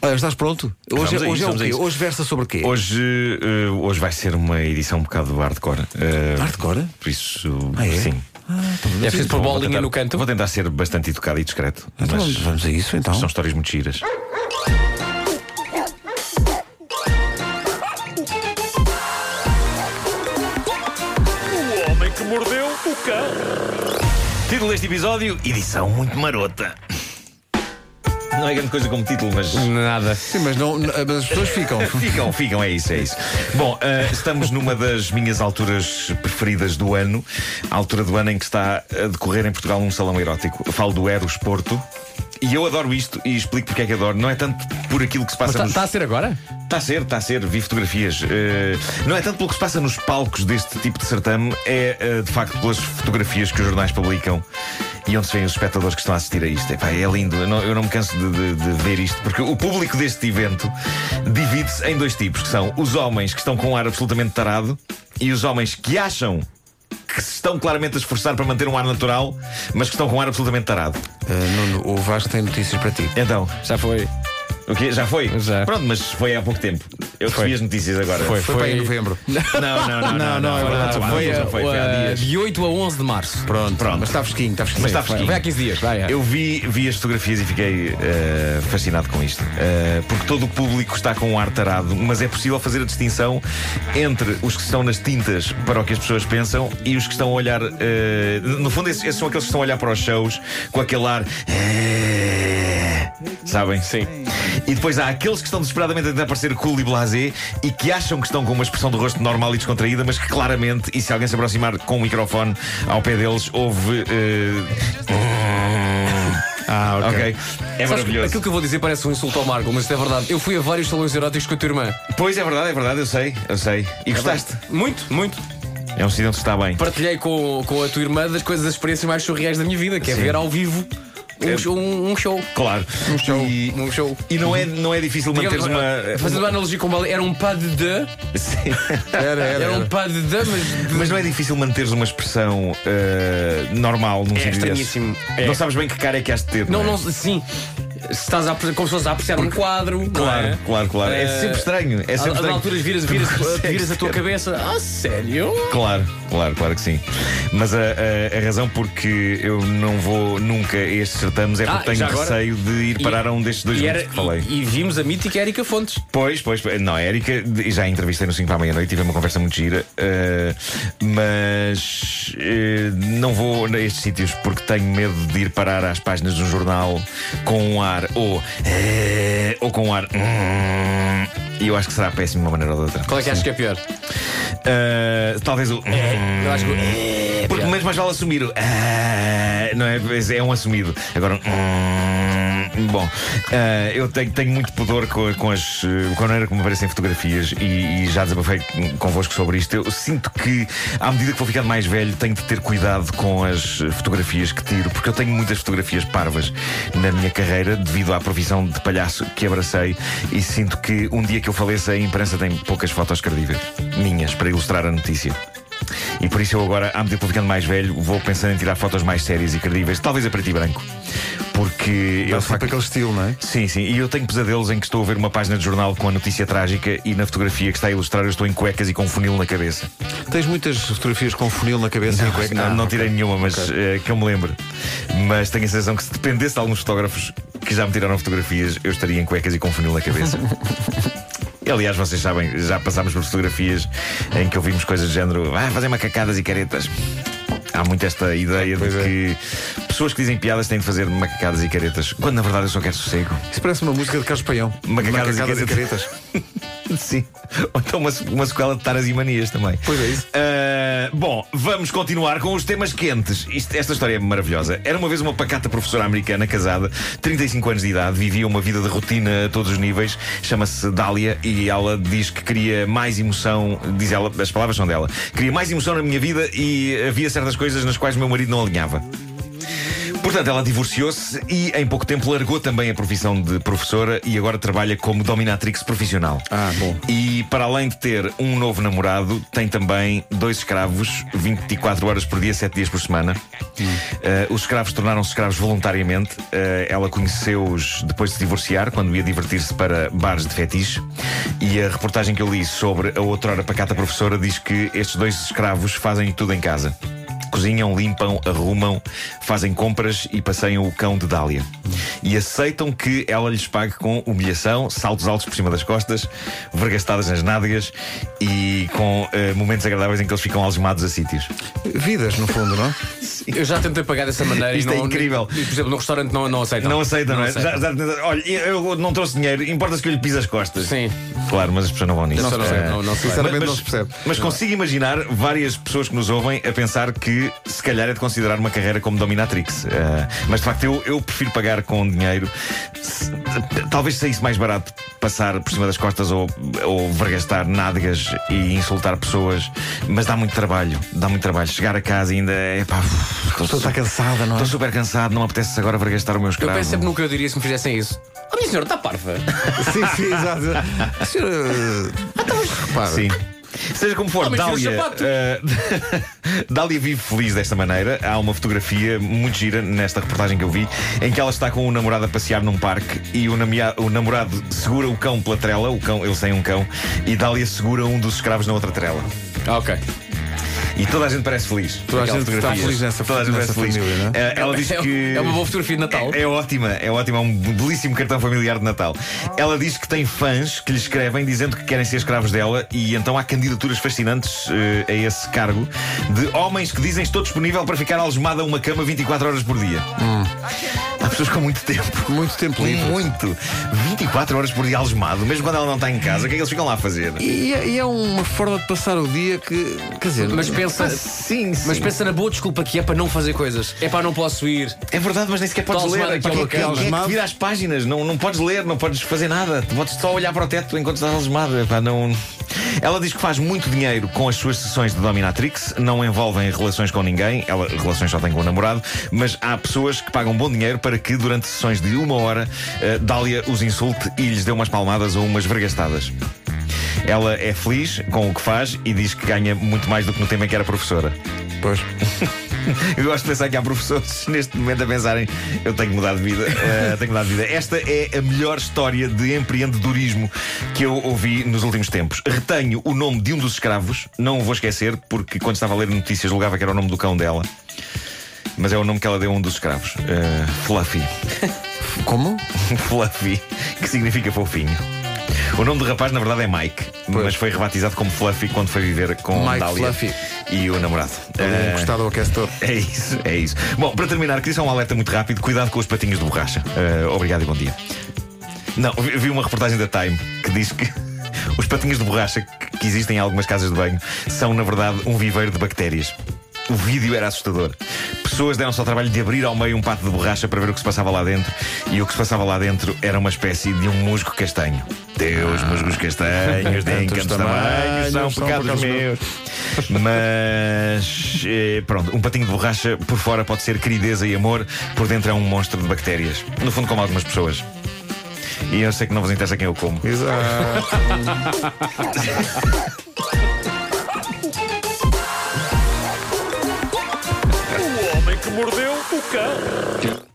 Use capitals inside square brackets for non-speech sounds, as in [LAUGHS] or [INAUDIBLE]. Olha, estás pronto? Hoje, Estamos é- aí, hoje é o estamos quê? aí. Hoje versa sobre o quê? Hoje, eh, hoje vai ser uma edição um bocado hardcore. Eh, Hardcore? Por isso, Ah, é? sim. É preciso pôr Vou bolinha tentar- no canto. Vou tentar ser bastante educado e discreto. Então, mas vamos- vamos a isso então. são histórias muito giras. O homem que mordeu o cão. Título deste episódio: Edição muito marota. Não é grande coisa como título, mas. Nada. Sim, mas, não, n- mas as pessoas [LAUGHS] ficam. [LAUGHS] Ah, Ficam, ficam, é isso, é isso. Bom, eh, estamos numa das minhas alturas preferidas do ano, a altura do ano em que está a decorrer em Portugal um salão erótico. Eu falo do Eros Porto. E eu adoro isto e explico porque é que adoro. Não é tanto por aquilo que se passa Está nos... a ser agora? Está Tá a ser, está a ser, vi fotografias. Eh, não é tanto pelo que se passa nos palcos deste tipo de certame, é eh, de facto pelas fotografias que os jornais publicam e onde se vêem os espectadores que estão a assistir a isto. Epá, é lindo, eu não, eu não me canso de, de- de ver isto, porque o público deste evento divide-se em dois tipos, que são os homens que estão com um ar absolutamente tarado e os homens que acham que se estão claramente a esforçar para manter um ar natural, mas que estão com um ar absolutamente tarado. Ah, Nuno, o Vasco tem notícias para ti. Então, Já foi. o quê? Já foi? Já. Pronto, mas foi há pouco tempo. Eu recebi as notícias agora. Foi. Foi, para em [LAUGHS] novembro. Não, não, não, Ah, não, não, Foi, não, foi, não, uh, foi, foi há dias. de 8 a 11 de março. Pronto, Pronto. Mas está fresquinho, está fresquinho. Mas está Sim. fresquinho. Foi, foi há 15 dias. Vai, é. Eu vi, vi as fotografias e fiquei eh, fascinado com isto. Eh, porque todo o público está com um ar tarado, mas é possível fazer a distinção entre os que estão nas tintas para o que as pessoas pensam e os que estão a olhar. eh, no fundo, esses, esses são aqueles que estão a olhar para os shows com aquele ar. eh, sabem? Sim. E depois há aqueles que estão desesperadamente a tentar parecer cool e blasé e que acham que estão com uma expressão de rosto normal e descontraída, mas que claramente, e se alguém se aproximar com um microfone ao pé deles, houve. eh, Ah, Ok, é Sabes, maravilhoso. aquilo que eu vou dizer parece um insulto ao Marco, mas isto é verdade. Eu fui a vários salões eróticos com a tua irmã. Pois é verdade, é verdade, eu sei, eu sei. É E gostaste? Muito, muito. É um sítio onde se está bem. Partilhei com, com a tua irmã das coisas, das experiências mais surreais da minha vida, que é Sim. ver ao vivo um, É. show- um- um show. Claro. Um show. E, Um show. e não, é, não é difícil manteres Digamos, uma. Fazendo uma analogia com o balé, era um pá de dã, [LAUGHS] Sim. Era, era. era um era. pá de dã, mas. de- Mas não é difícil manteres uma expressão eh, normal num sítio desse. estranhíssimo. É. Não sabes bem que cara é que has de ter. Não, é? não, sim. Se estás a, apre- como se estás a apreciar um quadro. Claro, não é? claro, claro. É Eh, sempre estranho, é a- sempre a- estranho. A alturas viras, Tu não viras, consegues viras a tua ter. cabeça. Ah, sério? Claro, claro, claro que sim. Mas a, a- a razão porque eu não vou nunca a estes certames é Ah, porque já tenho agora? receio de ir E- parar a um destes dois E, grupos era- que falei. e- e vimos a mítica Erika Fontes. Pois, pois, pois. não, a Érica, de- já a entrevistei no 5 para a meia-noite, tive uma conversa muito gira, eh, mas eh, não vou a estes sítios porque tenho medo de ir parar às páginas de um jornal com um ar ou, eh, ou com um ar. "Hum", E eu acho que será péssimo de uma maneira ou de outra. Qual é que achas que é pior? Eh, talvez o. "Hum", Eu acho que. porque mesmo mais vale assumir o. "Ah", Não é? Pois É um assumido. Agora. "Hum", Bom, ah, eu tenho, tenho muito pudor com, com as, eh, com a maneira como aparecem fotografias e, e já desabafei convosco sobre isto. Eu sinto que, à medida que vou ficando mais velho, tenho de ter cuidado com as eh, fotografias que tiro, porque eu tenho muitas fotografias parvas na minha carreira devido à profissão de palhaço que abracei e sinto que um dia que eu faleça, a imprensa tem poucas fotos credíveis minhas para ilustrar a notícia. E por isso eu agora, à medida que vou ficando mais velho, vou pensando em tirar fotos mais sérias e credíveis, talvez a preto e branco. Porque eu Era de sempre facto- aquele estilo, não é? Sim, sim, e eu tenho pesadelos em que estou a ver uma página de jornal com a notícia trágica e na fotografia que está a ilustrar eu estou em cuecas e com um funil na cabeça. Tens muitas fotografias com um funil na cabeça e cueca. não, não tirei nenhuma, mas eh, que eu me lembro. Mas tenho a sensação que se dependesse de alguns fotógrafos que já me tiraram fotografias, eu estaria em cuecas e com um funil na cabeça. Aliás, vocês sabem, já passámos por fotografias em que ouvimos coisas do género ah, fazer macacadas e caretas. Há muito esta ideia de que pessoas que dizem piadas têm de fazer macacadas e caretas, quando na verdade eu só quero sossego. Isso parece uma música de Carlos Paião. Macacadas e Macacadas e caretas. caretas. [LAUGHS] Sim. Ou então uma, uma sequela de taras e manias também. Pois é isso. Ah, bom, vamos continuar com os temas quentes. Isto- esta história é maravilhosa. Era uma vez uma pacata professora americana casada, 35 anos de idade, vivia uma vida de rotina a todos os níveis. Chama-se Dália e ela diz que queria mais emoção. Diz ela, as palavras são dela. Queria mais emoção na minha vida e havia certas coisas nas quais o meu marido não alinhava. Portanto, ela divorciou-se e em pouco tempo largou também a profissão de professora e agora trabalha como dominatrix profissional. Ah, bom. E para além de ter um novo namorado, tem também dois escravos, 24 horas por dia, 7 dias por semana. Hum. Eh, os escravos tornaram-se escravos voluntariamente. Eh, ela conheceu-os depois de se divorciar, quando ia divertir-se para bares de fetiche. E a reportagem que eu li sobre a outrora pacata professora diz que estes dois escravos fazem tudo em casa. Cozinham, limpam, arrumam, fazem compras e passeiam o cão de Dália. E aceitam que ela lhes pague com humilhação, saltos altos por cima das costas, vergastadas nas nádegas e com eh, momentos agradáveis em que eles ficam algemados a sítios. Vidas, no fundo, não? é? Eu já tentei pagar dessa maneira Isto e é não, incrível. e, por exemplo, no restaurante não, não aceitam. Não aceita, não, é? aceitam. Já- já- olha, eu não trouxe dinheiro, importa-se que eu lhe pise as costas. Sim. Claro, mas as pessoas não vão nisso. Não se percebe, Eh, não- não se percebe. É. Sinceramente, mas, não se percebe. mas consigo imaginar várias pessoas que nos ouvem a pensar que se calhar é de considerar uma carreira como dominatrix. Eh, mas de facto, eu, eu prefiro pagar com dinheiro. Se- talvez saísse mais barato passar por cima das costas ou, ou vergastar nádegas e insultar pessoas. Mas dá muito trabalho. Dá muito trabalho. Chegar a casa e ainda. Epá, pessoa está cansada, não é? Estou super cansado, não me apetece agora vergastar o meu Eu escravo. penso sempre no que eu diria se me fizessem isso. Oh, minha senhora, [LAUGHS] está parva. Sim, sim, exato. [LAUGHS] Senhora, repara. Sim. Tá Seja como for, Ah, mas tira os Dália, sapatos. eh, [LAUGHS] Dália vive feliz desta maneira. Há uma fotografia muito gira nesta reportagem que eu vi, em que ela está com o namorado a passear num parque e o, namea- o namorado segura o cão pela trela, o cão, eles têm um cão, e Dália segura um dos escravos na outra trela. Ah, ok. E toda a gente parece feliz. Toda a Aquela gente está fotografia. feliz nessa- Toda a gente nessa parece feliz. família, não Eh, Ela diz É- que. é uma boa fotografia de Natal. É, é ótima, é ótima, é um belíssimo cartão familiar de Natal. Ela diz que tem fãs que lhe escrevem dizendo que querem ser escravos dela e então há candidaturas fascinantes eh, a esse cargo de homens que dizem estou disponível para ficar algemada a uma cama 24 horas por dia. Hum. Há pessoas com muito tempo. Muito tempo livre. Muito! 24 horas por dia algemado, mesmo quando ela não está em casa, o que é que eles ficam lá a fazer? E, é- e é uma forma de passar o dia que. Quer dizer, Mas pensa, Ah, sim, sim. mas pensa na boa desculpa que é para não fazer coisas. É para não posso ir. É verdade, mas nem sequer podes Tal ler. semana É que é para uma quem, cama. quem é que Algemado. vira as páginas? Não, não podes ler, não podes fazer nada. Podes só olhar para o teto enquanto estás algemada. Pá, não... Ela diz que faz muito dinheiro com as suas sessões de Dominatrix, não envolvem relações com ninguém, ela relações só tem com o namorado, mas há pessoas que pagam bom dinheiro para que durante sessões de uma hora eh, Dália os insulte e lhes dê umas palmadas ou umas vergastadas. Ela é feliz com o que faz e diz que ganha muito mais do que no tempo em que era professora. Pois. [LAUGHS] Eu gosto de pensar que há professores [LAUGHS] neste momento a pensarem eu tenho que mudar de vida, [LAUGHS] eh, tenho que mudar de vida. Esta é a melhor história de empreendedorismo que eu ouvi nos últimos tempos. Retenho o nome de um dos escravos, não o vou esquecer, porque quando estava a ler notícias julgava que era o nome do cão dela. Mas é o nome que ela deu a um dos escravos. Eh, Fluffy. [LAUGHS] Como? Fluffy, que significa fofinho. O nome do rapaz, na verdade, é Mike, mas foi rebatizado como Fluffy quando foi viver com Mike Dália Fluffy. e o namorado. Ali Eh, encostado ao aquecedor. é isso, é isso. Bom, para terminar, queria só um alerta muito rápido: cuidado com os patinhos de borracha. Eh, obrigado e bom dia. Não, vi vi uma reportagem da Time que diz que [LAUGHS] os patinhos de borracha que- que existem em algumas casas de banho são, na verdade, um viveiro de bactérias. O vídeo era assustador. Pessoas deram-se ao trabalho de abrir ao meio um pato de borracha para ver o que se passava lá dentro. E o que se passava lá dentro era uma espécie de um musgo castanho. Deus, musgos [LAUGHS] castanhos, de Tantos encantos tamanhos, Ah. tamanhos, são são pecados pecados meus. Mas eh, pronto, um patinho de borracha por fora pode ser querideza e amor, por dentro é um monstro de bactérias. No fundo, como algumas pessoas. E eu sei que não vos interessa quem eu como. Exato. O homem que mordeu o cão.